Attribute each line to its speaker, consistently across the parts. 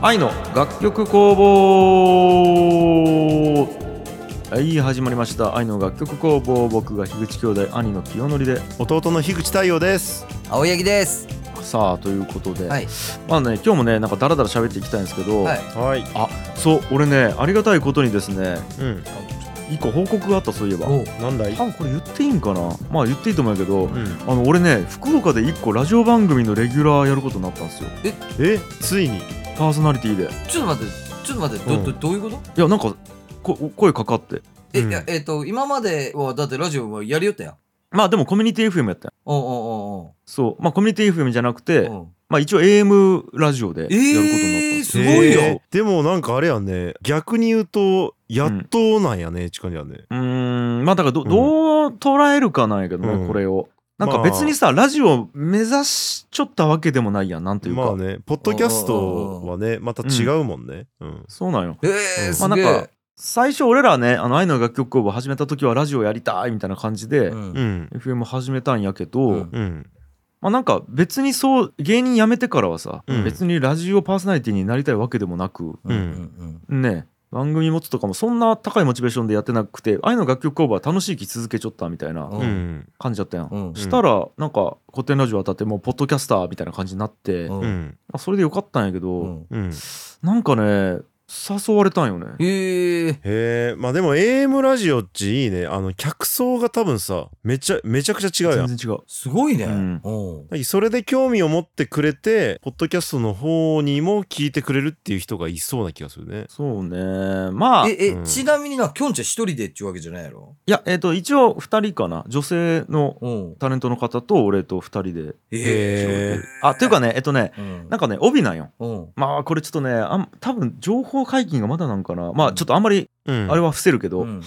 Speaker 1: 愛の楽曲工房はい始まりました愛の楽曲工房僕が樋口兄弟兄の清則で
Speaker 2: 弟の樋口太陽です
Speaker 3: 青柳です。
Speaker 1: さあということで、
Speaker 3: はい。
Speaker 1: まあね今日もねなんかダラダラ喋っていきたいんですけど、
Speaker 3: はい。
Speaker 2: はい
Speaker 1: あそう俺ねありがたいことにですね
Speaker 2: うん
Speaker 1: 一個報告があったそういえば
Speaker 3: お
Speaker 2: なんだい
Speaker 1: 多分これ言っていいんかなまあ言っていいと思うんやけど、
Speaker 2: ん
Speaker 1: あの俺ね福岡で一個ラジオ番組のレギュラーやることになったんですよ
Speaker 2: えついに
Speaker 1: パーソナリティで
Speaker 3: ちょっと待って、ちょっと待って、
Speaker 2: うん
Speaker 3: ど、ど、どういうこと
Speaker 1: いやなんかこ声かかって
Speaker 3: え、
Speaker 2: うん
Speaker 3: いやえっと、今までは、だってラジオはやりよったやん。
Speaker 1: まあでもコミュニティ FM やったよ
Speaker 3: おんおんおん
Speaker 1: そうまあコミュニティ FM じゃなくて、
Speaker 3: おんうん。
Speaker 1: まあ一応 AM ラジオでやることになったんです
Speaker 3: すごいよ
Speaker 2: えーでもなんかあれやね逆に言うとやっとなんやね、近にはね
Speaker 1: うーんまあだからど,、どう捉えるかなんやけどね、
Speaker 2: うん
Speaker 1: これをなんか別にさ、ラジオ目指しちょったわけでもないやんなんていうか、
Speaker 2: まあねポッドキャストはねまた違うもんねうん、
Speaker 1: そうなんよ
Speaker 3: え
Speaker 2: う
Speaker 3: ー、
Speaker 2: ん
Speaker 3: す
Speaker 1: まあ
Speaker 3: げ
Speaker 1: なん
Speaker 3: え
Speaker 1: か。最初俺らねあの愛の楽曲工房始めた時はラジオやりたいみたいな感じで、
Speaker 3: う。
Speaker 2: うんん
Speaker 1: FM 始めたんやけど、
Speaker 3: うん
Speaker 2: うん
Speaker 1: まあなんか別にそう芸人辞めてからはさ、
Speaker 2: うん
Speaker 1: 別にラジオパーソナリティになりたいわけでもなく
Speaker 3: うんうんん
Speaker 1: ね番組持つとかもそんな高いモチベーションでやってなくて愛の楽曲工房は楽しいき続けちょったみたいな
Speaker 3: う
Speaker 2: うんうん
Speaker 1: 感じだったやん、
Speaker 3: うん
Speaker 1: したらなんか古典ラジオ当たってもうポッドキャスターみたいな感じになって、
Speaker 3: う
Speaker 1: ま
Speaker 3: ん
Speaker 2: う
Speaker 3: うん
Speaker 2: ん
Speaker 1: あそれでよかったんやけど、
Speaker 3: うん。
Speaker 2: うん
Speaker 1: なんかね誘われたんよね
Speaker 3: へえ。
Speaker 2: へえまあでも AM ラジオっちいいねあの客層が多分さめちゃめちゃくちゃ違うやん
Speaker 1: 全然違う
Speaker 3: すごいね。
Speaker 1: うん
Speaker 3: おう
Speaker 2: それで興味を持ってくれてポッドキャストの方にも聞いてくれるっていう人がいそうな気がするね
Speaker 1: そうねまあい
Speaker 3: え、
Speaker 2: う
Speaker 3: え、
Speaker 2: ん
Speaker 3: ちなみにな、きょんちゃん一人でっていうわけじゃないやろ
Speaker 1: やえっ、と一応2人かな女性の
Speaker 3: うん。
Speaker 1: タレントの方と俺と2人で
Speaker 3: え
Speaker 2: へ
Speaker 1: あっていうかねえっとね
Speaker 3: え。うん
Speaker 1: なんかね帯なんよ
Speaker 3: うん。
Speaker 1: まあこれちょっとねあん多分情報解禁がまだなんかなまあちょっとあんまり
Speaker 2: うん
Speaker 1: あれは伏せるけど、
Speaker 3: うん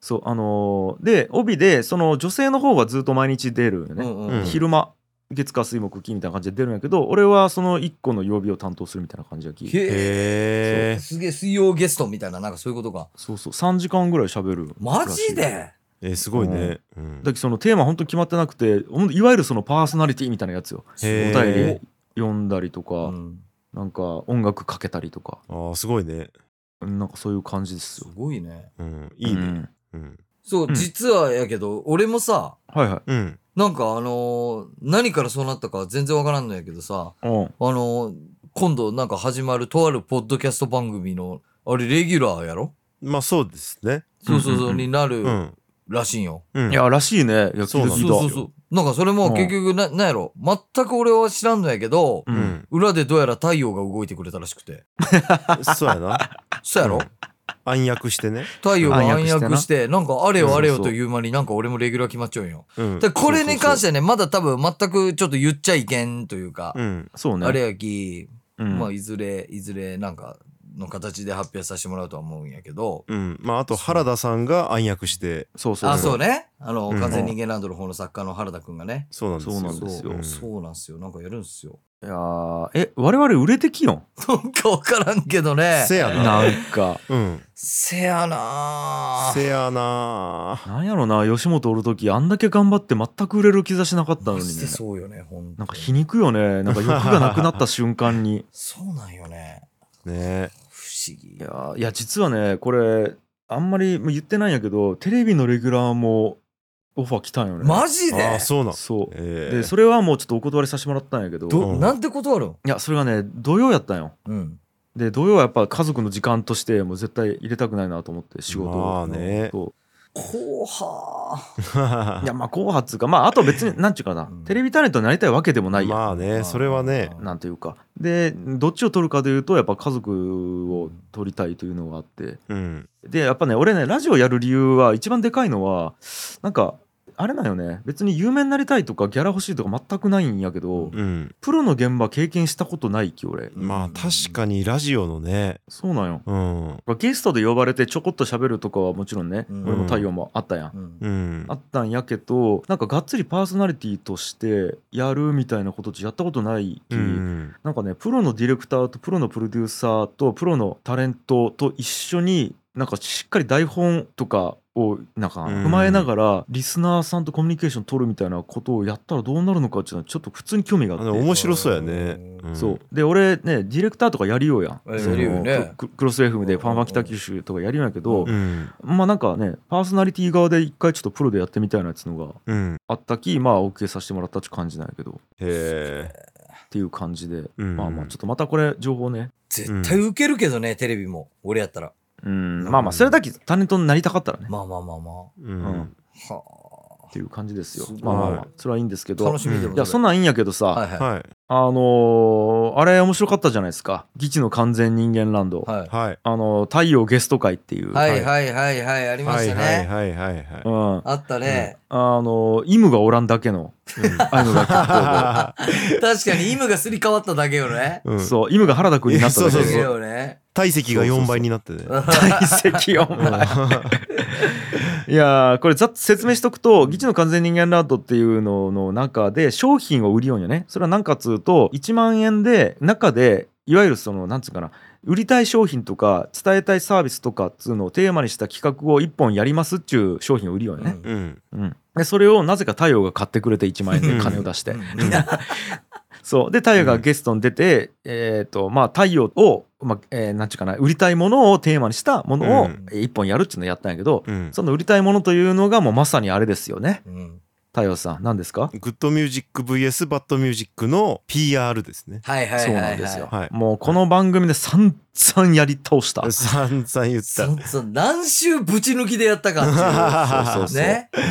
Speaker 1: そうあのーで帯でその女性の方はずっと毎日出るよ
Speaker 3: う
Speaker 1: ね、
Speaker 3: んうん。
Speaker 1: 昼間月火水木金みたいな感じで出るんやけど俺はその1個の曜日を担当するみたいな感じやき
Speaker 3: へ
Speaker 2: へ
Speaker 3: え。
Speaker 2: え
Speaker 3: すげえ、水曜ゲストみたいな、なんかそういうことか。
Speaker 1: そうそう3時間ぐらい喋る
Speaker 3: マジで
Speaker 2: えーすごいね、うん
Speaker 1: だけどそのテーマ本当決まってなくてほんといわゆるそのパーソナリティみたいなやつよ
Speaker 2: へ
Speaker 1: お
Speaker 2: ー
Speaker 1: 便り読んだりとか、
Speaker 3: うん
Speaker 1: なんか音楽かけたりとか
Speaker 2: あーすごいね、
Speaker 1: なんかそういう感じです
Speaker 3: す
Speaker 1: よ
Speaker 3: ごいね。
Speaker 2: うん、いいね、うん
Speaker 3: そう、
Speaker 1: うん
Speaker 3: 実はやけど、俺もさ、
Speaker 1: うんはいはい
Speaker 2: うん
Speaker 3: なんかあのー何からそうなったか全然わからんのやけどさ、
Speaker 1: うん
Speaker 3: あのー今度なんか始まるとあるポッドキャスト番組の、あれレギュラーやろ
Speaker 2: まあそうですね
Speaker 3: そうそう
Speaker 1: うんうん
Speaker 3: そうう、
Speaker 1: ん
Speaker 3: にな
Speaker 2: う
Speaker 3: る
Speaker 2: ん、
Speaker 3: らしいんよ。
Speaker 2: うん、
Speaker 1: いやらしいねいや
Speaker 2: そうなん
Speaker 3: そう
Speaker 2: ですよ
Speaker 3: そうそう。なんかそれも結局な、なんやろ全く俺は知らんのやけど
Speaker 1: う、
Speaker 2: うんん、
Speaker 3: 裏でどうやら太陽が動いてくれたらしくて。
Speaker 2: そうやな
Speaker 3: そうやろ、
Speaker 2: うん暗躍してね、
Speaker 3: 太陽が
Speaker 1: 暗
Speaker 3: 暗
Speaker 1: 躍してな
Speaker 3: 躍して、なんかあれよあれよ
Speaker 1: そう
Speaker 3: と
Speaker 1: そう
Speaker 3: いう間になんか俺もレギュラー決まっちゃうんよ。
Speaker 2: うん、
Speaker 3: でこれに関しててはね、まだ多分全くちょっと言っちゃいけんというか、
Speaker 2: うん
Speaker 1: そうね
Speaker 3: あれやき、
Speaker 1: うん
Speaker 3: まあいずれ、いずれなんかの形で発表させてもらうとは思うんやけど、
Speaker 2: うんまああと原田さんが暗躍して
Speaker 1: そうそう
Speaker 3: あ、そうね。あの、
Speaker 2: うん
Speaker 3: 完全人間ランドの方の作家の原田くんがね。
Speaker 2: そうなんです
Speaker 1: そ
Speaker 2: よ
Speaker 1: うなんですよ
Speaker 3: そううんそうなんすよ。なんかやるんすよ。
Speaker 1: いやーえ我々売れてきよん
Speaker 3: なんかわからんけどね。
Speaker 2: せやな
Speaker 1: なんか
Speaker 2: うん
Speaker 3: せやなぁ
Speaker 2: せやな
Speaker 1: なんやろな吉本おる時あんだけ頑張って全く売れる兆しなかったの
Speaker 3: マ
Speaker 1: にね
Speaker 3: ジでそうよね、ほんと
Speaker 1: なんか皮肉よねなんか欲がなくなった瞬間 に
Speaker 3: そうなんよね。
Speaker 2: ね
Speaker 3: 不思議
Speaker 1: い。やーいや実はねこれあんまり言ってないんやけどテレビのレギュラーもオファー来たんよね
Speaker 3: マジで
Speaker 2: ああそうなん
Speaker 1: そう
Speaker 2: え
Speaker 1: で それはもうちょっとお断りさせてもらったんやけど
Speaker 3: ど、
Speaker 2: うん
Speaker 3: なんてことあるん
Speaker 1: いやそれがね土曜やったんよ
Speaker 3: うん。
Speaker 1: で土曜はやっぱ家族の時間としてもう絶対入れたくないなと思って仕事を、
Speaker 2: まあね
Speaker 1: そう
Speaker 3: 後半。
Speaker 1: いやまあ後発がまああと別になんちゅうかな、
Speaker 3: うん
Speaker 1: テレビタレントになりたいわけでもないやん、
Speaker 2: まあねそれはね
Speaker 1: なんていうかでどっちを取るかというとやっぱ家族を取りたいというのがあって
Speaker 2: うん
Speaker 1: でやっぱね俺ねラジオやる理由は一番でかいのはなんかあれなんよね別に有名になりたいとかギャラ欲しいとか全くないんやけど、
Speaker 3: うん
Speaker 2: うん
Speaker 1: プロの現場経験したことないき俺
Speaker 2: まあ確かにラジオのね
Speaker 1: そうなんよ
Speaker 2: うん
Speaker 1: ゲストで呼ばれてちょこっと喋るとかはもちろんね、
Speaker 3: うん
Speaker 1: 俺も太陽もあったやん
Speaker 3: うん
Speaker 2: うん
Speaker 1: あったんやけどなんかがっつりパーソナリティとしてやるみたいなことってやったことないき、
Speaker 2: うん
Speaker 1: なんかねプロのディレクターとプロのプロデューサーとプロのタレントと一緒になんかしっかり台本とかをなんか
Speaker 2: うん
Speaker 1: 踏まえながらリスナーさんとコミュニケーション取るみたいなことをやったらどうなるのかっていうのはちょっと普通に興味があって
Speaker 2: あの面白そうやね。ん
Speaker 1: そう。で俺ねディレクターとかやるようやん
Speaker 3: や
Speaker 1: その
Speaker 3: るよね
Speaker 1: ククロス FM で「ファンファン北九州」とかやるんやけど、
Speaker 2: うん。
Speaker 1: まあなんかねパーソナリティ側で一回ちょっとプロでやってみたいなやつのが
Speaker 2: うん。
Speaker 1: あったきまあ OK させてもらったって感じなんやけどっ
Speaker 2: へえ。
Speaker 1: ていう感じで、
Speaker 2: うん
Speaker 1: まあまあちょっとまたこれ情報ね
Speaker 3: 絶対ウケるけどね、テレビも。俺やったら。
Speaker 1: うんまあまあそれだけタレントになりたかったらね
Speaker 3: まあまあまあま
Speaker 2: う
Speaker 1: うん
Speaker 2: ん。
Speaker 3: あ。は
Speaker 1: っていう感じですよ
Speaker 3: すごい
Speaker 1: まあまあまあそれはいいんですけ
Speaker 3: あ。
Speaker 1: ど
Speaker 3: 楽しみで
Speaker 1: いやそんなんいいんやけどさ、
Speaker 3: はいはい。
Speaker 2: はい。
Speaker 1: あのーあれ面白かったじゃないですか「義地の完全人間ランド」
Speaker 3: はい
Speaker 2: はい。
Speaker 1: あのー太陽ゲスト会」っていう、
Speaker 3: はいはいはいはい、ありま
Speaker 2: は
Speaker 3: し
Speaker 2: い
Speaker 3: た
Speaker 2: はい
Speaker 3: ね。
Speaker 2: はいはいはい。
Speaker 1: うん、あ
Speaker 3: あったね。
Speaker 1: のーイムがおらんだけのああいうのが結構
Speaker 3: 確かに、イムがすり替わっただけよね。
Speaker 2: うんう ん
Speaker 1: そう、イムが原田君になっただけ
Speaker 2: そう
Speaker 1: で
Speaker 2: そう
Speaker 3: だ けよね。
Speaker 2: 体積が4倍になってね。
Speaker 1: 体積を。いやー、これざっと説明しとくと、ギチの完全人間ランドっていうのの中で商品を売りようんよね。それは何かっつうと、1万円で中で、いわゆるその、なんつうかな、売りたい商品とか伝えたいサービスとかっつうのをテーマにした企画を1本やりますっちゅう商品を売りようんよね。
Speaker 3: うん
Speaker 2: うん。
Speaker 1: うんでそれをなぜか太陽が買ってくれて1万円で金を出して。そうで太陽がゲストに出て、えっ、とまあ太陽を、まあえーなんちゅうかな売りたいものをテーマにしたものを
Speaker 2: うん
Speaker 1: えー一本やるっていうのをやったんやけど、
Speaker 2: うん。
Speaker 1: その売りたいものというのがもうまさにあれですよね
Speaker 3: うん
Speaker 1: 太陽さん何ですか、
Speaker 2: グッドミュージック VS バッドミュージックの PR ですね。
Speaker 3: はいはいはいはい。
Speaker 1: そうなんですよ、
Speaker 2: はい
Speaker 1: もうこの番組で散々やり倒した、
Speaker 2: 散々言っ
Speaker 3: そ
Speaker 2: た。
Speaker 3: うそう何周ぶち抜きでやったか
Speaker 1: そう
Speaker 3: っ
Speaker 1: そう
Speaker 3: て
Speaker 1: そ
Speaker 3: い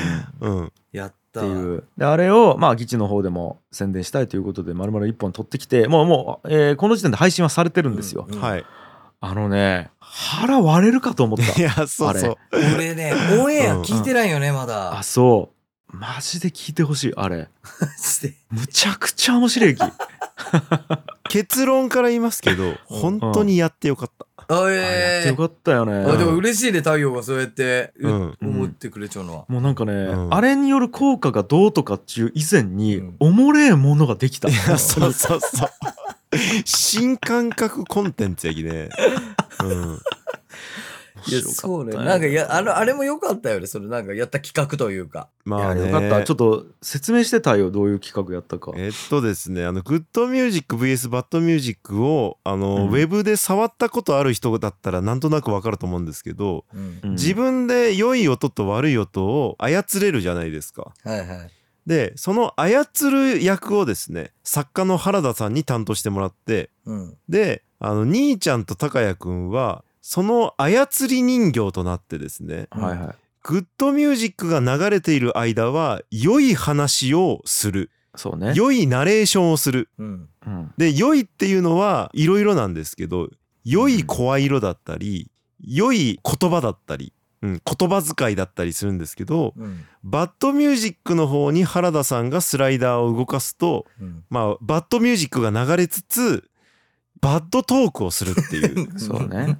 Speaker 3: うう。ね。
Speaker 2: うん。
Speaker 3: やっ。
Speaker 1: ったていうであれをまあ基地の方でも宣伝したいということで丸々一本取ってきてもうもう、えーこの時点で配信はされてるんですよ、
Speaker 3: うん
Speaker 2: はい。
Speaker 1: あのね腹割れるかと思った
Speaker 2: いや、そうそう。
Speaker 3: 俺ね、オンエア聞いてないよね、まだ
Speaker 1: あ。そうマジで聞いてほしいあれ
Speaker 3: マジで
Speaker 1: むちゃくちゃ面白いき
Speaker 2: 結論から言いますけど、本当にやってよかった。
Speaker 3: あ
Speaker 1: あやって
Speaker 3: え
Speaker 1: よかったよね、
Speaker 3: ーあでも嬉しいね、太陽がそうやってう
Speaker 2: うん
Speaker 3: 思ってくれちゃうのは。
Speaker 1: もうなんかね、
Speaker 2: うん
Speaker 1: あれによる効果がどうとかっていう以前に、
Speaker 3: うん
Speaker 1: おもれえものができた。
Speaker 2: いや そうそうそう。新感覚コンテンツやきね。うん。
Speaker 3: いや、そうね。なんかや、あの、あれも良かったよね。それなんかやった企画というか。
Speaker 2: まあ
Speaker 1: い
Speaker 2: ね。
Speaker 1: やよかった。ちょっと説明してたよ、どういう企画やったか。
Speaker 2: えっとですね、あの、グッドミュージック VS バッドミュージックを、あの、
Speaker 1: うん
Speaker 2: ウェブで触ったことある人だったらなんとなくわかると思うんですけど、
Speaker 3: うん
Speaker 1: うん
Speaker 2: 自分で良い音と悪い音を操れるじゃないですか。
Speaker 3: はいはい。
Speaker 2: で、その操る役をですね、作家の原田さんに担当してもらって、
Speaker 3: うん。
Speaker 2: で、あの、兄ちゃんと高谷くんは、その操り人形となってですね、
Speaker 1: はいはい。
Speaker 2: グッドミュージックが流れている間は、良い話をする。
Speaker 1: そうね。
Speaker 2: 良いナレーションをする。
Speaker 3: うん。
Speaker 1: うん
Speaker 2: で良いっていうのはいろいろなんですけど良い声色だったり良い言葉だったり、うん、言葉遣いだったりするんですけど
Speaker 3: うん。
Speaker 2: バッドミュージックの方に原田さんがスライダーを動かすと、
Speaker 3: うん。
Speaker 2: まあ、バッドミュージックが流れつつバッドトークをするっていう
Speaker 1: そう ね。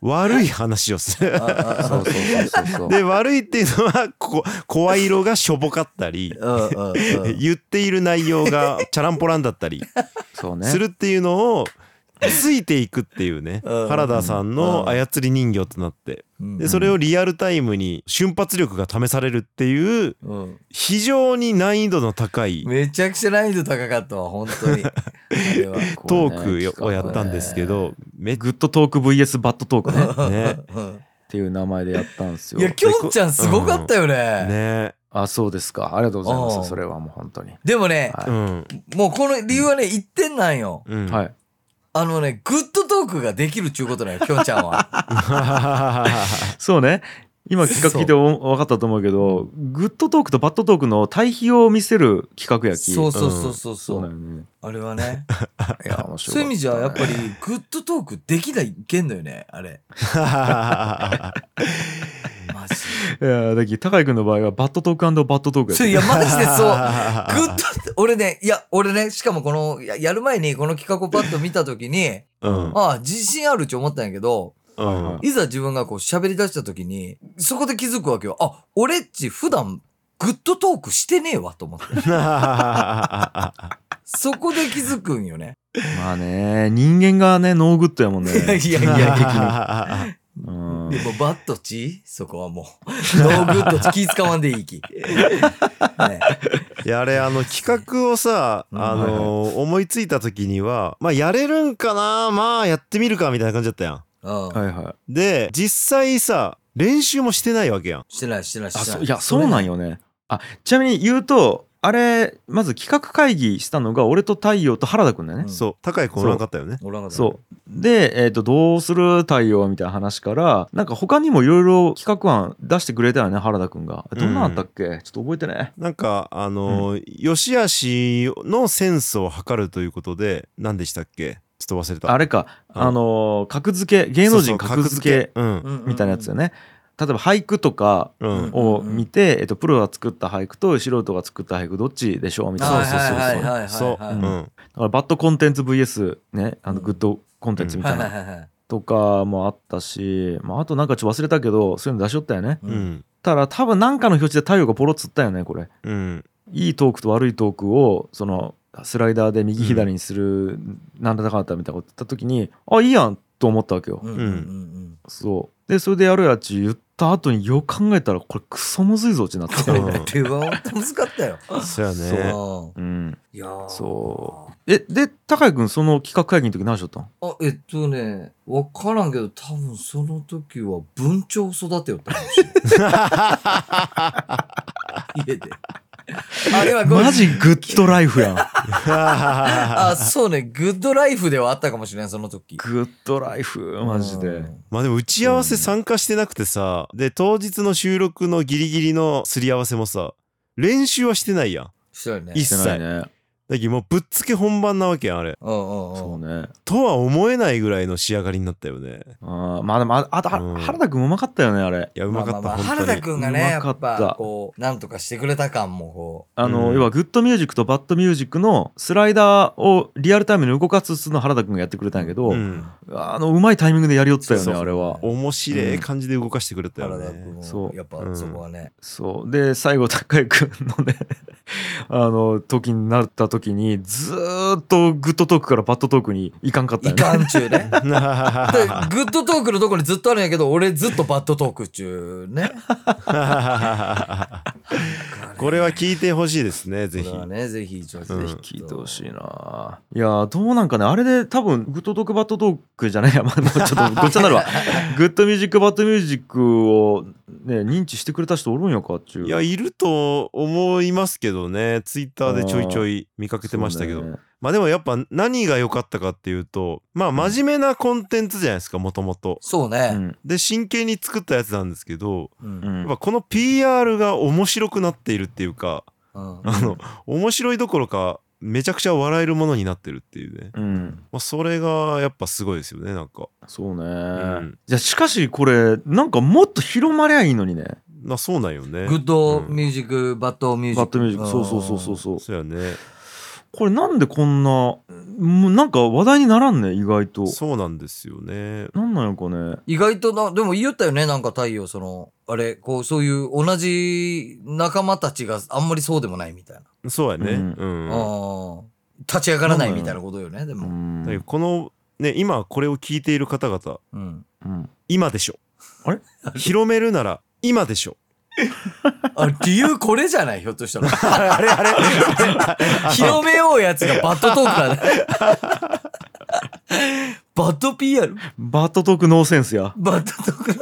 Speaker 2: 悪い話をする
Speaker 3: あ。ああ
Speaker 1: そうそうそうそうそう。
Speaker 2: で悪いっていうのはここ声色がしょぼかったり
Speaker 3: うんうんうん
Speaker 2: 言っている内容 がチャランポランだったり
Speaker 1: そうね。
Speaker 2: するっていうのをついていくっていうね
Speaker 3: うん
Speaker 2: 原田さんの操り人形となって
Speaker 3: うん
Speaker 2: でそれをリアルタイムに瞬発力が試されるっていう
Speaker 3: うん
Speaker 2: 非常に難易度の高い
Speaker 3: めちゃくちゃ難易度高かったわ、本当に。あれは
Speaker 1: こう
Speaker 2: ト
Speaker 1: ね
Speaker 2: ークをやったんですけどめっ
Speaker 1: グッドトーク VS バッドトーク ね。っ
Speaker 2: ね
Speaker 3: うん
Speaker 1: ていう名前でやったんですよ。
Speaker 3: いや、きょんちゃんすごかったよね。
Speaker 2: ね
Speaker 1: あ、そうですか。ありがとうございま
Speaker 3: おう
Speaker 1: す。それはもう本当に。
Speaker 3: でもね、
Speaker 1: は
Speaker 2: うん
Speaker 3: もうこの理由はね、一点なんよ。
Speaker 2: うん
Speaker 1: はい。
Speaker 3: あのね、グッドトークができるっちゅうことなんよ、きょんちゃん は。
Speaker 1: そうね。今企画聞いてお分かったと思うけど、グッドトークとバッドトークの対比を見せる企画やき。
Speaker 3: そうそうそうそう。そ
Speaker 1: そうだよ
Speaker 3: う
Speaker 1: ね。
Speaker 3: あれはね。
Speaker 1: いや、面白
Speaker 3: そういう意味じゃ、やっぱ
Speaker 1: り。
Speaker 3: り、グッドトークできない、いけんのよね、あれ。マジ
Speaker 1: いや、だき、高井君の場合は、バッドトークバッドトーク
Speaker 3: で。
Speaker 1: や
Speaker 3: そう
Speaker 1: ね
Speaker 3: いや、マジでそう。 グッド、俺ね、いや、俺ね、しかもこの、ややる前にこの企画をパッと見たときに、
Speaker 2: うん
Speaker 3: ああ、自信あるって思ったんやけど、
Speaker 2: うん
Speaker 3: いざ自分がこう喋り出したときに、そこで気づくわけよ。あ、俺っち普段、グッドトークしてねえわと思って。そこで気づくんよね。
Speaker 1: まあね、人間がね、ノーグッドやもんね。
Speaker 3: いやいやい
Speaker 1: や
Speaker 3: や、
Speaker 1: うんう ん
Speaker 3: でもバッとちそこはもう。ノーグッドち気使わんでい いき。ね
Speaker 2: いやあれあの企画をさ、
Speaker 3: うん
Speaker 2: あの思いついた時にはまあやれるんかなまあやってみるかみたいな感じだったやん
Speaker 3: うん
Speaker 1: はいはい
Speaker 2: で実際さ練習もしてないわけやん
Speaker 3: してないしてないして
Speaker 1: あ
Speaker 3: ない
Speaker 1: そいやそうなんよねあちなみに言うとあれまず企画会議したのが俺と太陽と原田君だよね、
Speaker 3: うん
Speaker 2: そう高い子おらんかったよね
Speaker 3: おらんかった
Speaker 1: そうで、えー、とどうする太陽みたいな話からなんか他にもいろいろ企画案出してくれたよね原田君がどんなんだったっけ、ちょっと覚えてね
Speaker 2: なんかあのよしあしのセンスを測るということで何でしたっけちょっと忘れた
Speaker 1: あれか、
Speaker 2: うん
Speaker 1: あのー格付け芸能
Speaker 2: そ
Speaker 1: 人
Speaker 2: うそう
Speaker 1: 格付
Speaker 2: う
Speaker 3: うんんうん
Speaker 1: けみたいなやつよね、例えば俳句とか
Speaker 2: うん、
Speaker 3: うん
Speaker 1: を見て、えっと、プロが作った俳句と素人が作った俳句どっちでしょうみたい
Speaker 3: は
Speaker 1: ない
Speaker 3: はい
Speaker 1: だ
Speaker 3: は
Speaker 1: か
Speaker 3: いはいはいはい
Speaker 2: そう
Speaker 3: はい
Speaker 1: うん
Speaker 2: う
Speaker 3: は
Speaker 2: ん
Speaker 1: らバッドコンテンツ VS ねあの
Speaker 3: うん
Speaker 1: グッドコンテンツみたい
Speaker 3: いは
Speaker 1: ない
Speaker 3: はい
Speaker 1: とかもあったし、まあ、あとなんかちょっと忘れたけどそういうの出しよったよね
Speaker 3: う
Speaker 2: うんん
Speaker 1: ただ多分なんかの表示で太陽がポロッつったよねこれ
Speaker 2: うん
Speaker 1: いいトークと悪いトークをそのスライダーで右左にする、なんだかんだみたいなこと言った時にあいいやんと思ったわけよ、
Speaker 3: うんうんうん
Speaker 1: そうでそれでやるやち言った後によく考えたらこれクソむずいぞってなって
Speaker 3: う
Speaker 1: た
Speaker 3: ん。
Speaker 2: う
Speaker 3: こ
Speaker 2: ん
Speaker 3: れだっては本当難かったよ。
Speaker 2: そうやね
Speaker 3: そ
Speaker 1: うん
Speaker 3: う。いやー
Speaker 1: そえで高井君その企画会議の時何しとったん
Speaker 3: あ、えっとね、わからんけど、多分その時は文鳥育てよったかもしれない。家で。あれはこれ
Speaker 1: マジグッドライフ やん
Speaker 3: あ、そうね、グッドライフではあったかもしれない、その時。
Speaker 1: グッドライフマジで
Speaker 3: うん
Speaker 2: まあでも打ち合わせ参加してなくてさで当日の収録のギリギリのすり合わせもさ練習はしてないやん
Speaker 3: そうよね。
Speaker 2: 一
Speaker 1: して
Speaker 2: 切
Speaker 1: ないね
Speaker 2: だけどもうぶっつけ本番なわけやんあれ
Speaker 3: うんうんうん。
Speaker 1: そうね
Speaker 2: とは思えないぐらいの仕上がりになったよね
Speaker 1: あーまあでもああとは
Speaker 2: うん
Speaker 1: 原田君うまかったよねあれ
Speaker 2: いやうまかった、
Speaker 3: まあまあまあ
Speaker 2: 本当に
Speaker 3: 原田くんがね、
Speaker 1: う
Speaker 3: や
Speaker 1: ま
Speaker 3: っ
Speaker 1: かった
Speaker 3: ぱ、こう、なんとかしてくれた感も、こ
Speaker 1: あの、
Speaker 2: うん
Speaker 1: 要はグッドミュージックとバッドミュージックのスライダーをリアルタイムに動かすのを原田君がやってくれたんやけど、
Speaker 2: うん、
Speaker 1: あのうまいタイミングでやりよったよね
Speaker 2: そうそう
Speaker 1: あれは
Speaker 2: 面白い感じで動かしてくれ
Speaker 3: う、
Speaker 2: たよ
Speaker 3: 原
Speaker 2: ね
Speaker 3: 田くん
Speaker 1: そ
Speaker 3: も、
Speaker 1: う
Speaker 3: やっ
Speaker 2: う
Speaker 3: ぱ、
Speaker 2: ん
Speaker 3: そこはね。
Speaker 1: そうで最後高井君のね あの時になった時にずーっとグッドトークからバッドトークにいかんかった
Speaker 3: い
Speaker 1: よね
Speaker 3: かんちゅう ね。で、
Speaker 2: は
Speaker 3: グッドトークのとこにずっとあるんやけど、俺ずっとバッドトークっちゅうね。
Speaker 2: これは聞いてほしいです ねぜひ
Speaker 3: これはね、ぜひ、ちょっと
Speaker 2: うん
Speaker 3: ぜひ
Speaker 1: 聞いてほしいな、いやーどうなんかねあれで多分グッドトークバッドトークじゃない や、まあ、ちょっとごっちゃになる わグッドミュージックバッドミュージックをね認知してくれた人おるんやかっちゅう
Speaker 2: いやいると思いますけどねツイッターでちょいちょい見かけてましたけど、
Speaker 1: そうだよね
Speaker 2: まあでもやっぱ何が良かったかっていうとまあ真面目なコンテンツじゃないですかもともと
Speaker 3: そうね。
Speaker 2: で真剣に作ったやつなんですけど
Speaker 3: うん
Speaker 1: うんう
Speaker 2: やっ
Speaker 1: ん
Speaker 2: ぱこの PR が面白くなっているっていうか
Speaker 3: うん
Speaker 2: あの面白いどころかめちゃくちゃ笑えるものになってるっていうね、
Speaker 1: うん、
Speaker 2: まあ、それがやっぱすごいですよねなんか、
Speaker 1: そうね、
Speaker 2: ん
Speaker 1: じゃあしかしこれなんかもっと広まりゃいいのにね
Speaker 2: まあ、そうなんよね
Speaker 3: グッドミュージック、バッドミュージッ
Speaker 1: バッ
Speaker 3: ク。
Speaker 1: ドミュージックそうそうそうそう
Speaker 3: う
Speaker 1: そう
Speaker 2: そうやね
Speaker 1: これなんでこんなもうなんか話題にならんね意外と
Speaker 2: そうなんですよね
Speaker 1: なんなんやかね
Speaker 3: ん。意外とな、でも言いよったよね、なんか太陽、その、あれ、こう、そういう同じ仲間たちがあんまりそうでもないみたいな。
Speaker 2: そうやね
Speaker 1: うん
Speaker 2: うん、
Speaker 3: あー立ち上がらないみたいなことよね、で
Speaker 1: う
Speaker 3: も。
Speaker 1: ん
Speaker 2: だけどこのね今これを聞いている方々
Speaker 3: うん。
Speaker 1: うん
Speaker 2: 今でしょ
Speaker 1: あれ
Speaker 2: 広めるなら今でしょ
Speaker 3: あ、理由これじゃないひょっとしたら。 あれあれ広めようやつがバッドトークだね。バッド PR?
Speaker 1: バッドトークノーセンスや、
Speaker 3: バッドトーク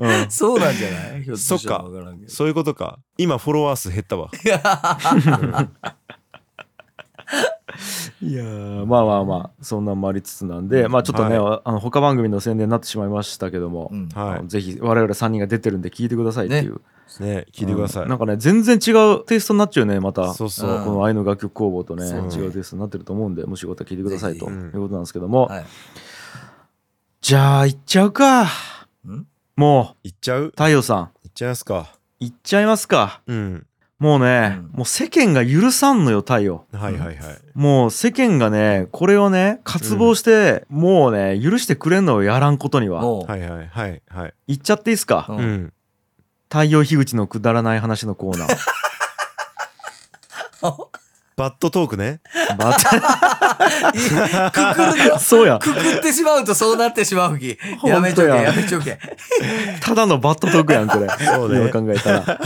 Speaker 1: うん、
Speaker 3: そうなんじゃないひょっとしたら
Speaker 2: そっか
Speaker 3: わからんけど。
Speaker 2: そういうことか今フォロワー数減ったわ
Speaker 1: いやーまあまあまあそんなんもありつつなんでまあちょっとね、あの他番組の宣伝になってしまいましたけども、
Speaker 3: うん
Speaker 1: あ
Speaker 2: は
Speaker 1: のぜひ我々3人が出てるんで聞いてくださいっていう、
Speaker 2: いね聞いてください、
Speaker 1: うんなんかね全然違うテイストになっちゃうよねまた
Speaker 2: そうそう、
Speaker 3: うん
Speaker 1: この愛の楽曲工房とね、
Speaker 3: そう
Speaker 1: 違うテイストになってると思うんで、もしよかったら聞いてくださいと
Speaker 2: ぜひ
Speaker 1: いうことなんですけども、
Speaker 3: はい。
Speaker 1: じゃあ、行っちゃうか。
Speaker 3: ん
Speaker 1: も
Speaker 2: いっちゃう
Speaker 1: う、太陽さ
Speaker 2: いっちゃいますか
Speaker 1: ん、行っちゃいますか。
Speaker 2: うん
Speaker 1: もうね、
Speaker 3: うん
Speaker 1: もう世間が許さんのよ、太陽。
Speaker 2: はいはいはい、
Speaker 1: もう世間がね、これをね、渇望して、もうね、許してくれんのをやらんことには。
Speaker 3: も
Speaker 2: はいはいはいはい
Speaker 1: 行っちゃっていいっす
Speaker 3: う
Speaker 1: か。
Speaker 2: う
Speaker 3: うん
Speaker 2: ん
Speaker 1: 太陽樋口のくだらない話のコーナー。
Speaker 2: バッドトークね。
Speaker 1: また
Speaker 3: くくると
Speaker 1: そうや
Speaker 3: くくってしまうとそうなってしまうき。やめとけ、
Speaker 1: ほんとや
Speaker 3: やめとけ。
Speaker 1: ただのバットトークやんこれ
Speaker 2: そうね
Speaker 1: 今考えたら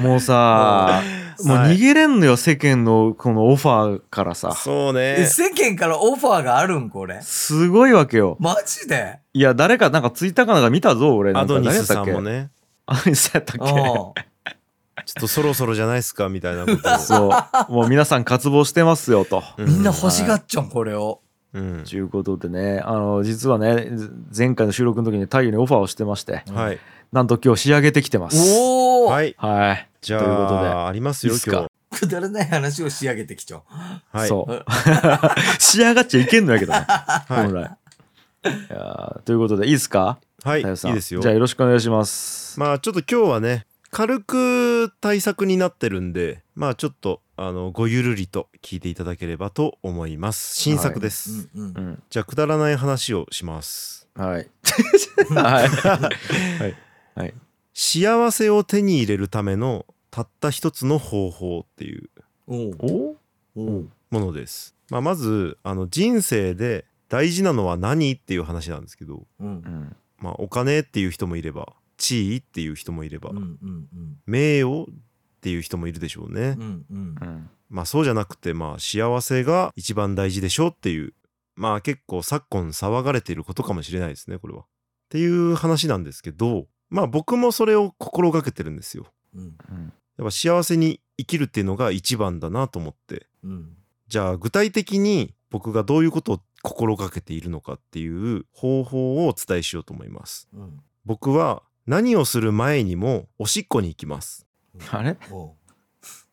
Speaker 1: もう さもう
Speaker 2: はい
Speaker 1: 逃げれんのよ世間のこのオファーからさ
Speaker 2: そう
Speaker 3: え
Speaker 2: ね。
Speaker 3: 世間からオファーがあるんこれ。
Speaker 1: すごいわけよ
Speaker 3: マジで
Speaker 1: いや誰かなんかツイッターかなんか見たぞ俺な
Speaker 2: ア
Speaker 1: んか
Speaker 2: ドニ
Speaker 1: 誰や
Speaker 2: ス
Speaker 1: った
Speaker 2: さ
Speaker 1: っ
Speaker 2: ん
Speaker 1: け
Speaker 2: もね、
Speaker 1: アドニスやったっ
Speaker 3: う
Speaker 1: け
Speaker 3: ん
Speaker 2: ちょっとそろそろじゃないですかみたいなことを。
Speaker 1: そう。もう皆さん渇望してますよと。
Speaker 2: う
Speaker 3: みんな欲しがっちゃん、これを。
Speaker 2: うん
Speaker 1: ということでね、あの、実はね、ず前回の収録の時に太陽にオファーをしてまして、
Speaker 2: はい。
Speaker 1: なんと今日仕上げてきてます。
Speaker 3: おお
Speaker 2: はい。
Speaker 1: はい。
Speaker 2: じゃ
Speaker 1: ということで
Speaker 2: あ、ありますよ
Speaker 1: いいっ、す
Speaker 2: 今
Speaker 1: か
Speaker 2: 日。
Speaker 3: くだらない話を仕上げてきちゃう。
Speaker 2: はい。
Speaker 1: そう 仕上がっちゃいけんのやけどね、
Speaker 2: はい
Speaker 1: 本来いやーということでいいですか
Speaker 2: はい。
Speaker 1: 太陽さん
Speaker 2: いいですよ
Speaker 1: じゃ。あよろしくお願いします、
Speaker 2: まあちょっと今日はね、軽く対策になってるんで、まあちょっと、あの、ごゆるりと聞いていただければと思います。新作です。
Speaker 3: うんう
Speaker 1: う
Speaker 3: ん
Speaker 1: ん
Speaker 2: じゃあ、くだらない話をします。
Speaker 1: はいはい、はい、
Speaker 2: 幸せを手に入れるためのたった一つの方法っていう
Speaker 3: おう
Speaker 1: お
Speaker 3: おう
Speaker 2: ものです。まあ、まずあの人生で大事なのは何っていう話なんですけど、
Speaker 3: うん
Speaker 1: う。ん
Speaker 2: まあ、お金っていう人もいれば地位っていう人もいれば、
Speaker 3: うんうんうん
Speaker 2: 名誉っていう人もいるでしょうね。
Speaker 3: うんうん
Speaker 1: うん
Speaker 2: まあ、そうじゃなくて、まあ、幸せが一番大事でしょっていう、まあ、結構昨今騒がれていることかもしれないですねこれは。っていう話なんですけど、まあ、僕もそれを心がけてるんですよ。
Speaker 3: うん
Speaker 1: うん
Speaker 2: やっぱ幸せに生きるっていうのが一番だなと思って
Speaker 3: うん
Speaker 2: じゃあ具体的に僕がどういうことを心がけているのかっていう方法をお伝えしようと思います。
Speaker 3: うん
Speaker 2: 僕は何をする前にもおしっこに行きます。
Speaker 1: あれ
Speaker 3: おう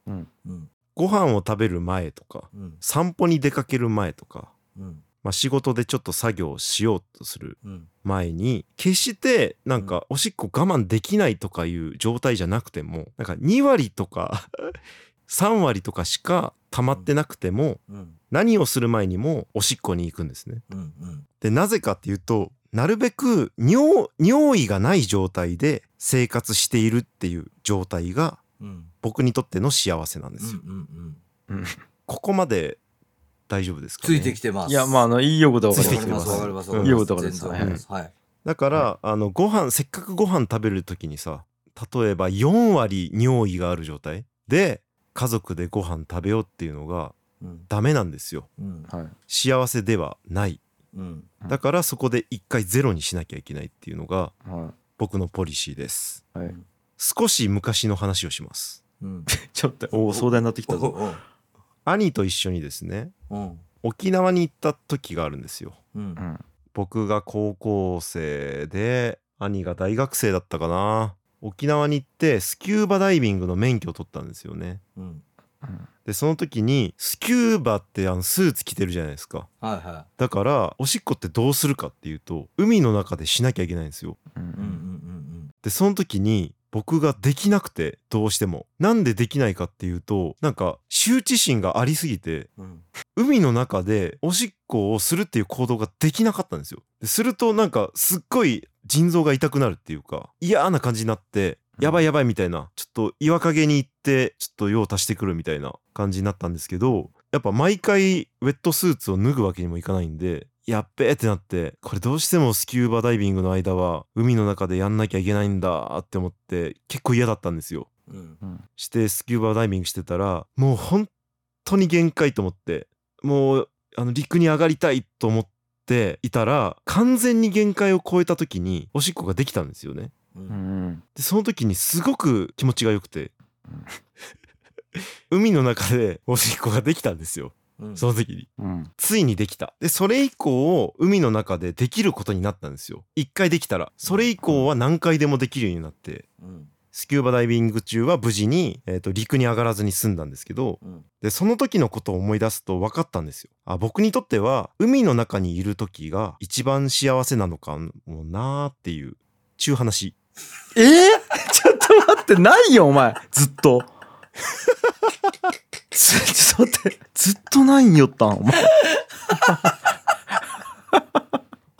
Speaker 1: うん
Speaker 3: うん
Speaker 2: ご飯を食べる前とか
Speaker 3: うん
Speaker 2: 散歩に出かける前とか、
Speaker 3: うん
Speaker 2: まあ、仕事でちょっと作業をしようとする
Speaker 3: うん
Speaker 2: 前に決してなんかおしっこ我慢できないとかいう状態じゃなくてもなんか2割とか 3割とかしか溜まってなくても
Speaker 3: うん
Speaker 2: 何をする前にもおしっこに行くんですね。
Speaker 3: うんうん
Speaker 2: でなぜかっていうとなるべく尿尿意がない状態で生活しているっていう状態が
Speaker 3: うん
Speaker 2: 僕にとっての幸せなんで
Speaker 3: うん
Speaker 2: すよ、
Speaker 3: うんうん
Speaker 2: ここまで大丈夫ですか、
Speaker 3: つ
Speaker 2: ね、
Speaker 3: いてきてます
Speaker 1: いやまああのいいよことは
Speaker 2: つ
Speaker 1: 分
Speaker 2: い
Speaker 1: かり
Speaker 2: てき
Speaker 1: ま
Speaker 2: て
Speaker 1: す
Speaker 2: ます
Speaker 3: わかります
Speaker 1: うん
Speaker 3: わかります
Speaker 1: いいことです
Speaker 3: 全然わりますはい
Speaker 2: だから、あのご飯せっかくご飯食べる時にさ例えば4割尿意がある状態で家族でご飯食べようっていうのが
Speaker 3: うん
Speaker 2: ダメなんですよ
Speaker 3: うん
Speaker 1: はい
Speaker 2: 幸せではない
Speaker 3: うん
Speaker 2: だからそこで一回ゼロにしなきゃいけないっていうのが
Speaker 1: は
Speaker 2: 僕のポリシーです
Speaker 1: いはい
Speaker 2: 少し昔の話をします
Speaker 3: うん
Speaker 1: ちょっとおお壮大になってき
Speaker 3: お
Speaker 1: たぞ
Speaker 3: うおう
Speaker 2: 兄と一緒にですね
Speaker 3: うん
Speaker 2: 沖縄に行った時があるんですよ
Speaker 3: うん
Speaker 1: うん
Speaker 2: 僕が高校生で兄が大学生だったかな沖縄に行ってスキューバダイビングの免許を取ったんですよね
Speaker 3: うん
Speaker 1: うん
Speaker 2: でその時にスキューバってあのスーツ着てるじゃないですか
Speaker 3: はいは
Speaker 2: だからおしっこってどうするかっていうと海の中でしなきゃいけないんですよ
Speaker 1: う
Speaker 3: いうんうん
Speaker 1: ん
Speaker 2: でその時に僕ができなくてどうしてもなんでできないかっていうとなんか羞恥心がありすぎて
Speaker 3: うんうん
Speaker 2: 海の中でおしっこをするっていう行動ができなかったんですよでするとなんかすっごい腎臓が痛くなるっていうか嫌な感じになって
Speaker 1: うん
Speaker 2: やばいやばいみたいなちょっと岩陰に行ってちょっと用を足してくるみたいな感じになったんですけどやっぱ毎回ウェットスーツを脱ぐわけにもいかないんでやっべーってなってこれどうしてもスキューバダイビングの間は海の中でやんなきゃいけないんだって思って結構嫌だったんですよ
Speaker 3: うん
Speaker 1: うん
Speaker 2: してスキューバダイビングしてたらもう本当に限界と思ってもうあの陸に上がりたいと思っていたら完全に限界を超えた時におしっこができたんですよね
Speaker 3: う
Speaker 1: うんん
Speaker 2: でその時にすごく気持ちが良くて 海の中でおしっこができたんですよ
Speaker 3: うん
Speaker 2: その時に
Speaker 1: うん
Speaker 2: ついにできたでそれ以降海の中でできることになったんですよ一回できたらそれ以降は何回でもできるようになって
Speaker 3: うん
Speaker 2: スキューバダイビング中は無事に、えーと陸に上がらずに済んだんですけど
Speaker 3: うん
Speaker 2: でその時のことを思い出すと分かったんですよあ僕にとっては海の中にいる時が一番幸せなのかもなーっていうちゅう話
Speaker 1: えー、 ちょっと待ってないよお前ずっとずちょっと待ってずっとないんよったんお前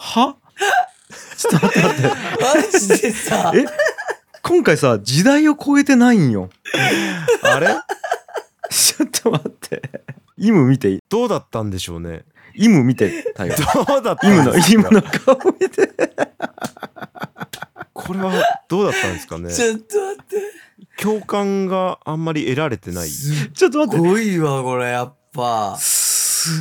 Speaker 1: はちょっと待って待って
Speaker 3: マジでさ
Speaker 1: え今回さ時代を超えてないんよ
Speaker 2: あれ
Speaker 1: ちょっと待ってってイム見て
Speaker 2: どうだったんでしょう ね。
Speaker 1: イム見てタイガー
Speaker 2: どうだった
Speaker 1: イム
Speaker 2: ん
Speaker 1: の
Speaker 2: ですか
Speaker 1: イムの顔見て
Speaker 2: これはどうだったんですかね。
Speaker 3: ちょっと待って。
Speaker 2: 共感があんまり得られてない。
Speaker 3: す
Speaker 1: ちょっと待
Speaker 3: っ
Speaker 1: って
Speaker 3: ごいわ、これ、やっぱ。
Speaker 1: すっ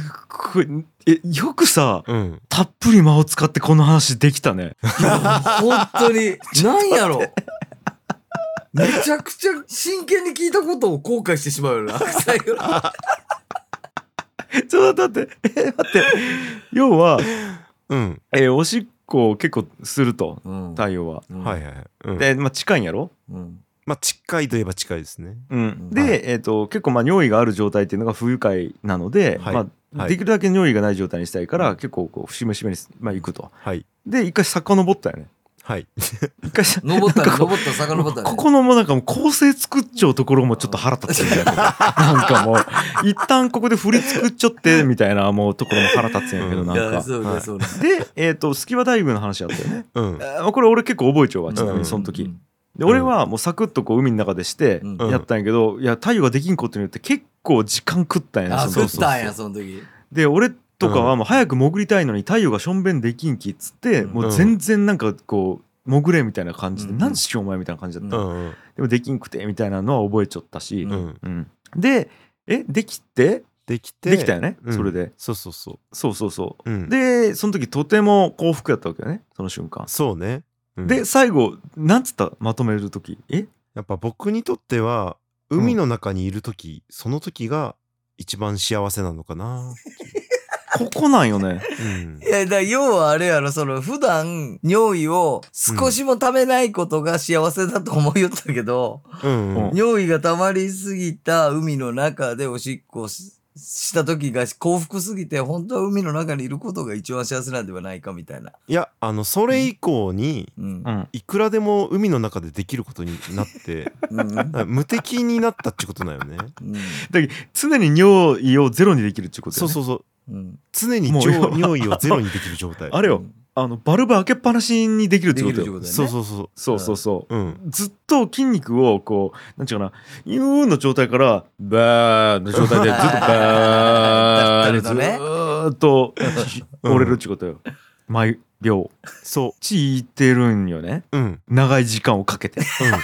Speaker 1: ごいえよくさ
Speaker 2: うん。
Speaker 1: たっぷり間を使ってこの話できたね
Speaker 3: いや本当に、なんやろ。めちゃくちゃ真剣に聞いたことを後悔してしまうよな。最後
Speaker 1: ちょっと待ってえ待って要は、
Speaker 2: うん。
Speaker 1: えーおしっこを結構すると
Speaker 3: うん
Speaker 1: 太陽は。
Speaker 3: うん
Speaker 2: はいはいはい。うん、
Speaker 1: で、まあ、近いんやろ、
Speaker 3: うん
Speaker 2: まあ近いといえば近いですね。
Speaker 1: うん、
Speaker 3: はい
Speaker 1: で、えー、と結構まあ尿意がある状態っていうのが不愉快なので、
Speaker 2: はい
Speaker 1: まあ、
Speaker 2: はい
Speaker 1: できるだけ尿意がない状態にしたいから、結構こう節目節目に、まあ、行くと。
Speaker 2: はい
Speaker 1: で一回遡ったよね。
Speaker 2: はい。
Speaker 1: 一回さ
Speaker 3: 登ったね、
Speaker 1: なんかこう
Speaker 3: 登った、遡ったね。
Speaker 1: ここのもうなんかもう構成作っちゃうところもちょっと腹立つ んだけどなんかもう一旦ここで振り作っちゃってみたいなもうところも腹立つんやけど
Speaker 2: うん
Speaker 1: ないん
Speaker 3: や、
Speaker 1: か。
Speaker 3: そう
Speaker 2: は
Speaker 3: ね、
Speaker 2: い
Speaker 3: そうね。
Speaker 1: で、えー、とスキバダイブの話あったよね。
Speaker 2: うん
Speaker 1: え。ーこれ俺結構覚えちゃうわちなみにその時。で俺はもうサクッとこう海の中でして
Speaker 3: うん
Speaker 1: やったんやけど、いや太陽ができんことによって結構時間食ったんや
Speaker 3: あ、
Speaker 1: そ
Speaker 3: 食
Speaker 1: の
Speaker 3: っ
Speaker 1: 時
Speaker 3: たんや、その時。
Speaker 1: で俺とかはもう早く潜りたいのに太陽がしょんべんできんきっつって、
Speaker 3: うん
Speaker 1: もう全然なんかこう潜れみたいな感じで、
Speaker 3: うん
Speaker 1: 何しようお前みたいな感じだった、
Speaker 2: うんうん
Speaker 1: でもできんくてみたいなのは覚えちゃったし、
Speaker 2: う
Speaker 1: うん
Speaker 2: ん。
Speaker 1: でえできて
Speaker 2: できて。
Speaker 1: できたよね、
Speaker 2: うん
Speaker 1: それで
Speaker 2: そうそうそ。
Speaker 1: そうそうそう
Speaker 2: うん
Speaker 1: う。でその時とても幸福やったわけよねその瞬間、
Speaker 2: そうね。うん
Speaker 1: で最後なんつったまとめる時え
Speaker 2: やっぱ僕にとっては海の中にいる時、その時が一番幸せなのか な。
Speaker 1: ここなんよ ね
Speaker 2: うん
Speaker 3: いや、だから要はあれやろ、その、普段、尿意を少しもためないことが幸せだと思いよったけど、
Speaker 2: うんうん
Speaker 1: うん
Speaker 3: 尿意が溜まりすぎた海の中でおしっこしした時が幸福すぎて、本当は海の中にいることが一番幸せなんではないかみたいな。
Speaker 2: いやあのそれ以降に
Speaker 3: うん
Speaker 1: う。ん
Speaker 2: いくらでも海の中でできることにな って
Speaker 3: うん。うん
Speaker 2: だから無敵になったってことだよね。
Speaker 1: 常に尿意をゼロにできるっていうことよ
Speaker 2: そう
Speaker 1: ね
Speaker 2: そうそう
Speaker 3: うん。
Speaker 2: 常に
Speaker 1: もう要は
Speaker 2: 尿尿意をゼロにできる状態。
Speaker 1: あれよあのバルブ開けっぱなしにできるってこと
Speaker 3: できるって
Speaker 1: よ
Speaker 3: ことだよね
Speaker 2: そうそうそ。
Speaker 1: そうそうそう
Speaker 2: うん。
Speaker 1: うずっと筋肉をこうなんちゅうかな「ゆー」の状態から「バー」の状 態でずっと「バー」でずーっと
Speaker 2: うん
Speaker 1: 折れるってことよ毎秒
Speaker 2: そ
Speaker 1: ちいてるんよね
Speaker 2: う。うん。うん。
Speaker 1: 長い時間をかけて
Speaker 3: この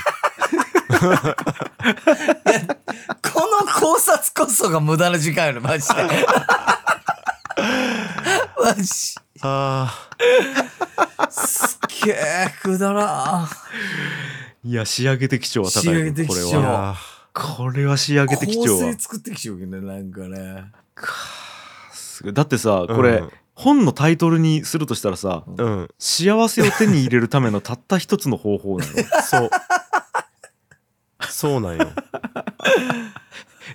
Speaker 3: 考察こそが無駄な時間や ろ、マジで。マジ。す
Speaker 2: あ
Speaker 3: っげえ、くだらん。
Speaker 1: いや仕上げて基調は高いよ
Speaker 3: 仕上げて基
Speaker 1: これ
Speaker 3: 調
Speaker 2: ーい
Speaker 3: そう
Speaker 1: は
Speaker 2: や
Speaker 1: これは仕上げて基
Speaker 3: 構
Speaker 1: 調
Speaker 3: 成
Speaker 1: は
Speaker 3: 作ってきちゃうけどね、なんかね。
Speaker 1: かーすごいだってさ
Speaker 2: ー
Speaker 1: これ、本のタイトルにするとしたらさ
Speaker 2: うんうん
Speaker 1: 幸せを手に入れるためのたった一つの方法な の
Speaker 2: そう。そうなんよ。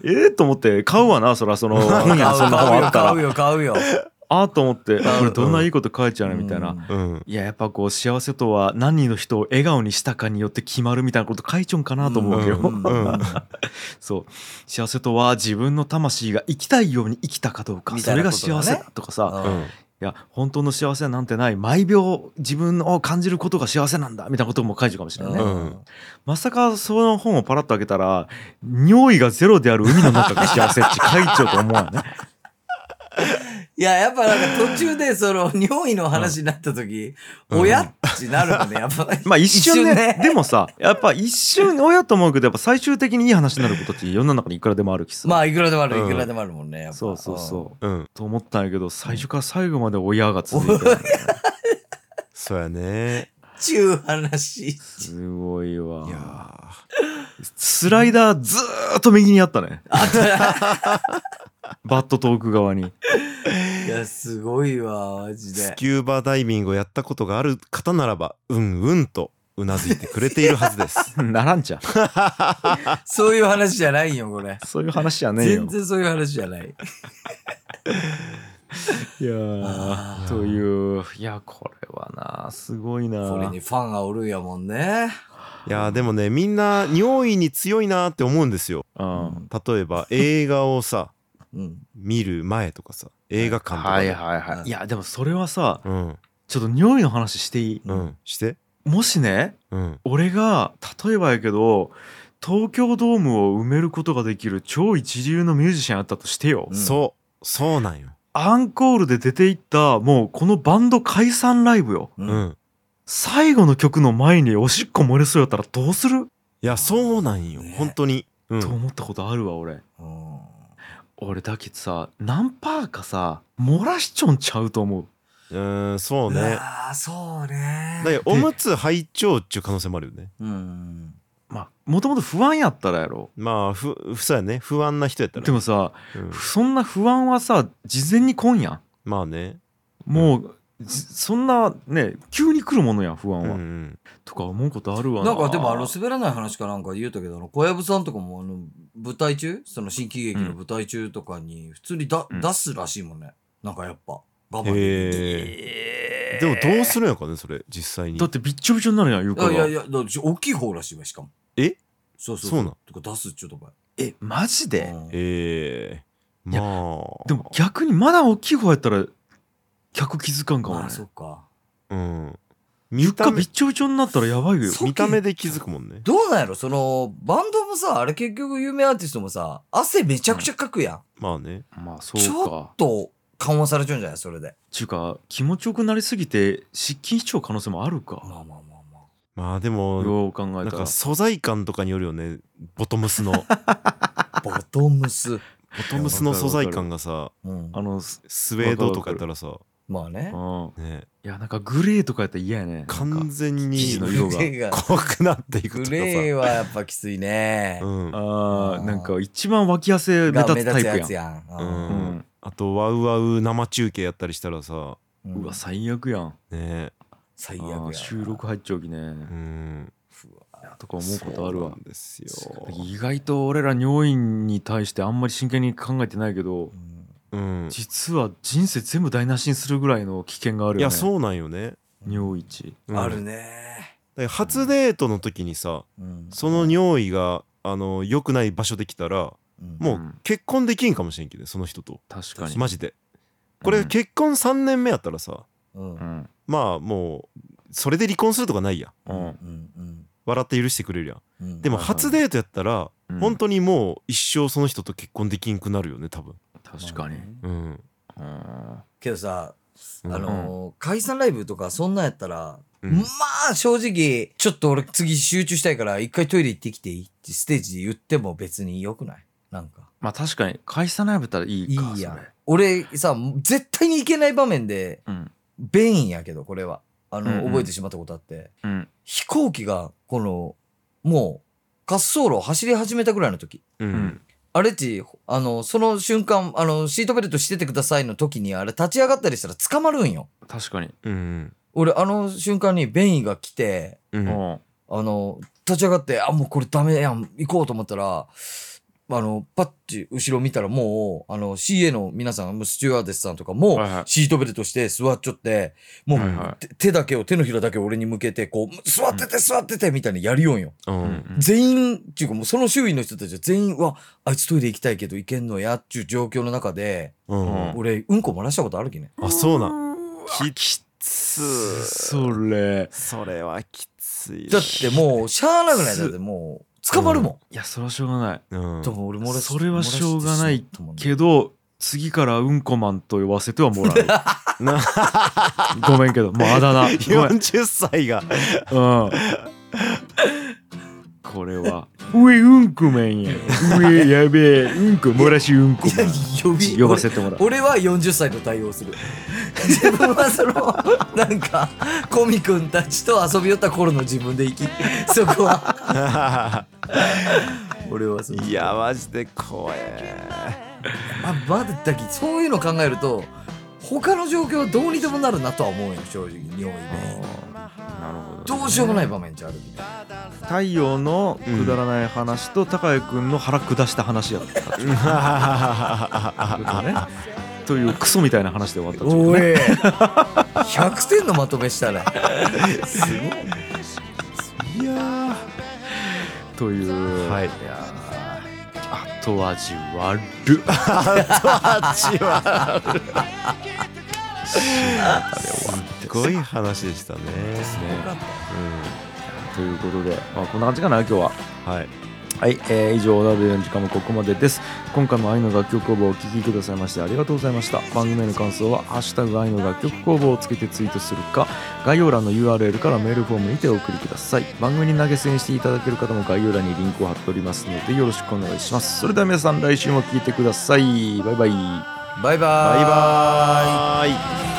Speaker 1: ええと思って買うわなそらその本屋にそんな本あった
Speaker 3: 買う
Speaker 1: ら
Speaker 3: よ、買うよ、買うよ。
Speaker 1: ああと思ってあ
Speaker 3: うん
Speaker 1: これどんないいこと書いちゃうのみたいな、
Speaker 3: うん
Speaker 2: うん。
Speaker 1: いややっぱこう幸せとは何人の人を笑顔にしたかによって決まるみたいなこと書いちゃうんかなと思うわけよ、
Speaker 3: うん
Speaker 2: うん
Speaker 1: そう幸せとは自分の魂が生きたいように生きたかどうか、
Speaker 3: みた
Speaker 1: そ
Speaker 3: いな
Speaker 1: れ
Speaker 3: こ
Speaker 1: が
Speaker 3: とだね
Speaker 1: 幸せだとかさ、
Speaker 2: う
Speaker 3: うん
Speaker 2: ん。
Speaker 1: いや本当の幸せなんてない毎秒自分を感じることが幸せなんだみたいなことも書いてるかもしれないね、
Speaker 2: うん
Speaker 1: まさかその本をパラッと開けたら尿意がゼロである海の中が幸せって書いちゃうと思うよね
Speaker 3: いや、やっぱなんか途 中でその尿意の話になった時、おやってなるのね、やっぱ。
Speaker 1: まあ一瞬ね
Speaker 3: 一瞬ね
Speaker 1: でもさやっぱ一瞬親と思うけどやっぱ最終的にいい話になることって世の中にいくらでもあるきさ、
Speaker 3: まあ、いくらでもあ
Speaker 2: う
Speaker 3: る、
Speaker 2: ん
Speaker 3: いくらでもあるもんね、やっぱ。
Speaker 1: そうそうそう
Speaker 2: うん。
Speaker 1: と思ったんやけど最初から最後まで親が続いてる、ね、
Speaker 2: そうやね。
Speaker 3: うん。ちゅう話。
Speaker 1: すごいわ
Speaker 2: いや
Speaker 1: スライダーずーっと右にあったね バットトーク側に
Speaker 3: いや、すごいわ、マジ
Speaker 2: ース
Speaker 3: で。
Speaker 2: キューバダイビングをやったことがある方ならば、うんうんとうなずいてくれているは ずです。
Speaker 1: ならんちゃ
Speaker 3: そういう話じゃないよ、これ。
Speaker 1: そういう話じゃねえよ
Speaker 3: 全然そういう話じゃない。
Speaker 1: いや
Speaker 3: あ
Speaker 1: ー
Speaker 2: ー
Speaker 1: といういやこれはなすごいな
Speaker 3: これにファンがおるんやもんね。
Speaker 2: いやーでもね、みんな尿意に強いなーって思うんですよ。
Speaker 1: うん
Speaker 2: 例えば映画をさ、
Speaker 3: うん。
Speaker 2: 見る前とかさ、映画館とか
Speaker 1: はい
Speaker 2: で。
Speaker 1: はい
Speaker 3: うん
Speaker 1: はいいやでもそれはさ
Speaker 2: うん。
Speaker 1: ちょっと匂いの話していい
Speaker 2: うん。して。
Speaker 1: もしね
Speaker 2: うん。
Speaker 1: 俺が例えばやけど東京ドームを埋めることができる超一流のミュージシャンやったとしてよ、
Speaker 3: うん
Speaker 2: そうそうなんよ
Speaker 1: アンコールで出ていったもうこのバンド解散ライブよ
Speaker 3: う。
Speaker 2: うんん
Speaker 1: 最後の曲の前におしっこ漏れそうやったらどうする、
Speaker 2: いやそうなんよ
Speaker 3: ね
Speaker 2: 本当にう
Speaker 1: と
Speaker 2: ん
Speaker 1: 思ったことあるわ俺
Speaker 3: うん
Speaker 1: 俺だけどさ何パーかさ漏らしちょんちゃうと思う
Speaker 2: うんそう
Speaker 3: う
Speaker 2: ね
Speaker 3: わーそうね
Speaker 2: だけどおむつ拝聴っちゅう可能性もあるよね
Speaker 3: うん。
Speaker 1: まあもともと不安やったらやろ
Speaker 2: まあふふそうやね不安な人やったら
Speaker 1: でもさ
Speaker 2: うん
Speaker 1: そんな不安はさ事前に来んやん
Speaker 2: まあね
Speaker 1: もう、じそんなね急に来るものやん不安
Speaker 2: うん
Speaker 1: は、
Speaker 2: うん
Speaker 1: とか思うことあるわ
Speaker 3: なんかでもあの滑らない話かなんか言うたけどあの小籔さんとかもあの舞台中その新喜劇の舞台中とかに普通にだ、
Speaker 1: うん
Speaker 3: 出すらしいもんねなんかやっぱ我慢
Speaker 2: へでもどうするんやろかねそれ実際に
Speaker 1: だってびっちょびちょになるやん言うか
Speaker 3: いや
Speaker 1: ら
Speaker 3: いやいやだって大きい方らしいわしかも
Speaker 2: え
Speaker 3: そうそう
Speaker 2: そうなん
Speaker 3: とか出すっちゅうとか
Speaker 1: えマジで
Speaker 2: ええ
Speaker 1: いや
Speaker 2: まあ
Speaker 1: でも逆にまだ大きい方やったら客気づかんかも
Speaker 3: ま
Speaker 1: ね
Speaker 3: あそっか
Speaker 2: うん見
Speaker 1: 床
Speaker 2: た
Speaker 1: び
Speaker 2: 目
Speaker 1: っちょびちょになったらやばいよ
Speaker 3: そ
Speaker 2: 見た目で気づくもんね
Speaker 3: どうなんやろそのバンドもさあれ結局有名アーティストもさ汗めちゃくちゃかくやん、
Speaker 2: まあね
Speaker 1: まあそ
Speaker 3: ち
Speaker 1: う
Speaker 3: ょ
Speaker 1: か
Speaker 3: っと緩和されちゃうんじゃないそれで
Speaker 1: ちゅうか気持ちよくなりすぎて失禁しちゃう可能性もある
Speaker 3: まあ
Speaker 1: か
Speaker 3: まあまあまあ
Speaker 2: まあでも
Speaker 1: よう考え
Speaker 2: なん
Speaker 1: たら
Speaker 2: か素材感とかによるよねボトム スのボ
Speaker 3: ボトムス、
Speaker 2: トムスの素材感がさ
Speaker 3: うん
Speaker 1: あ、の、す
Speaker 2: スウェードとかやったらさ
Speaker 3: まあね
Speaker 1: うん
Speaker 2: ね
Speaker 1: いやなんかグレーとかやったら嫌やねなんか
Speaker 2: 完全に
Speaker 1: 生地の 色が
Speaker 3: 腕が
Speaker 2: 濃くなっていく
Speaker 3: グ
Speaker 2: と
Speaker 3: レー
Speaker 2: か
Speaker 3: はやっぱきついね
Speaker 2: さ。うん
Speaker 1: あ
Speaker 3: う
Speaker 1: ー
Speaker 3: ん
Speaker 1: なんか一番脇汗目
Speaker 3: が
Speaker 1: 立
Speaker 3: 目
Speaker 1: つ
Speaker 3: 立
Speaker 1: タイ
Speaker 3: つ
Speaker 1: プやん
Speaker 3: やつやん。
Speaker 2: う
Speaker 1: うんん
Speaker 2: あとワウワウ生中継やったりしたらさ
Speaker 3: うん
Speaker 1: うわ最悪やん
Speaker 2: ね
Speaker 3: 最
Speaker 1: あ
Speaker 3: 悪や
Speaker 1: ー
Speaker 3: な。
Speaker 1: 収録入っちゃうきね
Speaker 2: うん
Speaker 1: いやとか思うことある
Speaker 2: そうな
Speaker 1: わ
Speaker 2: んですよ
Speaker 1: 意外と俺ら尿意に対してあんまり真剣に考えてないけど
Speaker 3: うん
Speaker 2: うん
Speaker 1: 実は人生全部台無しにするぐらいの危険があるよね
Speaker 2: いやそうなんよね
Speaker 1: 尿意値
Speaker 2: うん
Speaker 3: あるね。
Speaker 2: だから初デートの時にさ
Speaker 3: うん
Speaker 2: その尿意があの良くない場所できたら
Speaker 3: うん
Speaker 2: も
Speaker 1: うん
Speaker 2: う結婚できんかもしれんけどねその人と
Speaker 1: 確かに
Speaker 2: マジでこれ
Speaker 1: うん
Speaker 2: 結婚3年目やったらさ
Speaker 3: うん
Speaker 1: う。ん
Speaker 2: まあもうそれで離婚するとかないやん
Speaker 1: う
Speaker 3: うん
Speaker 1: ん
Speaker 3: うん
Speaker 2: 笑って許してくれるやん
Speaker 3: うん
Speaker 2: でも
Speaker 1: はいはい
Speaker 2: 初デートやったら
Speaker 1: うん
Speaker 2: 本当にもう一生その人と結婚できんくなるよね多分
Speaker 1: 確かに
Speaker 3: まあね
Speaker 2: うん
Speaker 1: うん
Speaker 3: けどさ、
Speaker 2: う
Speaker 3: あ
Speaker 2: ん
Speaker 3: のー、解散ライブとかそんなんやったら、
Speaker 2: うん
Speaker 3: まあ正直、ちょっと俺次集中したいから一回トイレ行ってきていいってステージで言っても別に良くないなんか。
Speaker 1: まあ確かに解散ライブやったらい
Speaker 3: い
Speaker 1: いか
Speaker 3: いや
Speaker 1: そ
Speaker 3: ん
Speaker 1: れ。
Speaker 3: 俺さ、絶対に行けない場面で、
Speaker 1: うん
Speaker 3: 便やけどこれはあの、
Speaker 1: うんうん
Speaker 3: 覚えてしまったことあって
Speaker 1: うん
Speaker 3: 飛行機がこのもう滑走路を走り始めたぐらいの時
Speaker 2: うん
Speaker 3: あれっちあのその瞬間あのシートベルトしててくださいの時にあれ立ち上がったりしたら捕まるんよ
Speaker 1: 確かに
Speaker 2: うん
Speaker 3: 俺あの瞬間に便意が来て
Speaker 2: うんうん
Speaker 1: うん
Speaker 3: あの立ち上がってあもうこれダメやん行こうと思ったらあのパッチ後ろ見たらもうあの CA の皆さんもうスチュワーデスさんとかも
Speaker 1: はいはい
Speaker 3: シートベルトして座っちゃってもう
Speaker 2: はい
Speaker 1: は
Speaker 3: て手だけを手のひらだけを俺に向けてこう座ってて座っててみたいにやりよんよ、
Speaker 2: うん
Speaker 1: うん
Speaker 3: 全員っていうかもうその周囲の人たちは全員はあいつトイレ行きたいけど行けんのやっちゅう状況の中で
Speaker 2: うん
Speaker 3: 俺うんこ漏らしたことあるきね
Speaker 2: あそうなん
Speaker 1: ん
Speaker 2: ききつ
Speaker 1: それ
Speaker 2: それはきつい、
Speaker 3: だってもうしゃあなくないだってもう捕まるも
Speaker 1: いやそれはしょうがないう
Speaker 2: うん
Speaker 3: ん、でも俺漏らし
Speaker 1: それはしょうがない
Speaker 3: ど
Speaker 1: けど次からうんこマンと呼ばせてはもらう
Speaker 2: な
Speaker 1: ごめんけどもうあだ名ごめん
Speaker 2: 40歳が
Speaker 1: うんこれは「上うんこマンや上やべえうんこ漏らしうんこ
Speaker 3: いや呼び
Speaker 1: マン」呼ばせてもらう
Speaker 3: 俺は40歳と対応する 自分はそのなんかコミ君たちと遊びよった頃の自分で行きそこは俺はそう
Speaker 2: いやマジで怖え
Speaker 3: まあ、まだだけそういうの考えると他の状況はどうにでもなるなとは思うよ正直日本以外
Speaker 1: なるほど
Speaker 3: どうしようもない場面じゃあるみたいな
Speaker 1: 太陽のくだらない話と高谷君の腹下した話やったっていうことねというクソみたいな話で終わったっていう
Speaker 3: お
Speaker 1: ね
Speaker 3: い100点のまとめしたら すごい
Speaker 2: いや
Speaker 1: という、
Speaker 2: はい
Speaker 1: やー後味悪っ
Speaker 2: ー味 はすごい話でしたね
Speaker 1: ですねということで、まあ、こんな感じかな今日は
Speaker 2: うんはい
Speaker 1: はい、えー以上お鍋の時間もここまでです今回も愛の楽曲工房をお聴きくださいましてありがとうございました番組への感想は「ハッシュタグ愛の楽曲工房」をつけてツイートするか概要欄の URL からメールフォームにてお送りください番組に投げ銭していただける方も概要欄にリンクを貼っておりますのでよろしくお願いしますそれでは皆さん来週も聴いてくださいバイバイ
Speaker 3: バイバーイ
Speaker 2: バイバーイ